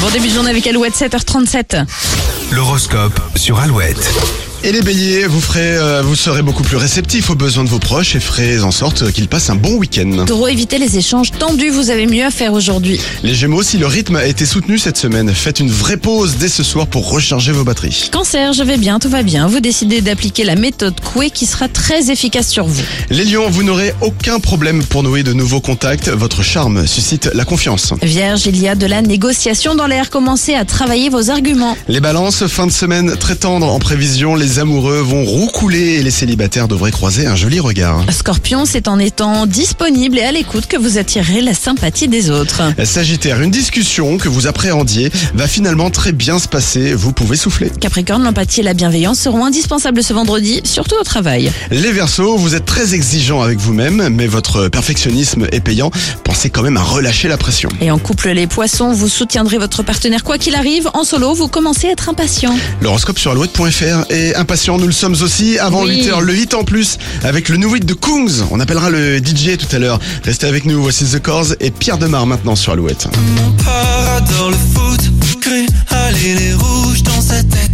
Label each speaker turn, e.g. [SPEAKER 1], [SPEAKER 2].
[SPEAKER 1] Bon début de journée avec Alouette, 7h37.
[SPEAKER 2] L'horoscope sur Alouette.
[SPEAKER 3] Et les béliers, vous, ferez, euh, vous serez beaucoup plus réceptifs aux besoins de vos proches et ferez en sorte qu'ils passent un bon week-end.
[SPEAKER 1] Taureau, évitez les échanges tendus, vous avez mieux à faire aujourd'hui.
[SPEAKER 3] Les gémeaux, si le rythme a été soutenu cette semaine, faites une vraie pause dès ce soir pour recharger vos batteries.
[SPEAKER 1] Cancer, je vais bien, tout va bien. Vous décidez d'appliquer la méthode Coué qui sera très efficace sur vous.
[SPEAKER 3] Les lions, vous n'aurez aucun problème pour nouer de nouveaux contacts, votre charme suscite la confiance.
[SPEAKER 1] Vierge, il y a de la négociation dans l'air, commencez à travailler vos arguments.
[SPEAKER 3] Les balances, fin de semaine très tendre en prévision, les amoureux vont roucouler et les célibataires devraient croiser un joli regard.
[SPEAKER 1] Scorpion, c'est en étant disponible et à l'écoute que vous attirez la sympathie des autres.
[SPEAKER 3] Sagittaire, une discussion que vous appréhendiez va finalement très bien se passer, vous pouvez souffler.
[SPEAKER 1] Capricorne, l'empathie et la bienveillance seront indispensables ce vendredi, surtout au travail.
[SPEAKER 3] Les Verseaux, vous êtes très exigeant avec vous-même, mais votre perfectionnisme est payant. Pensez quand même à relâcher la pression.
[SPEAKER 1] Et en couple, les poissons, vous soutiendrez votre partenaire quoi qu'il arrive. En solo, vous commencez à être impatient.
[SPEAKER 3] L'horoscope sur alouette.fr et impatient, nous le sommes aussi avant
[SPEAKER 1] Oui.
[SPEAKER 3] 8h, le 8 en plus, avec le new hit de Kungs. On appellera le DJ tout à l'heure. Restez avec nous, voici The Cause et Pierre Demar maintenant sur Alouette.
[SPEAKER 4] Mon père adore le foot, cru, allez les rouges dans sa tête.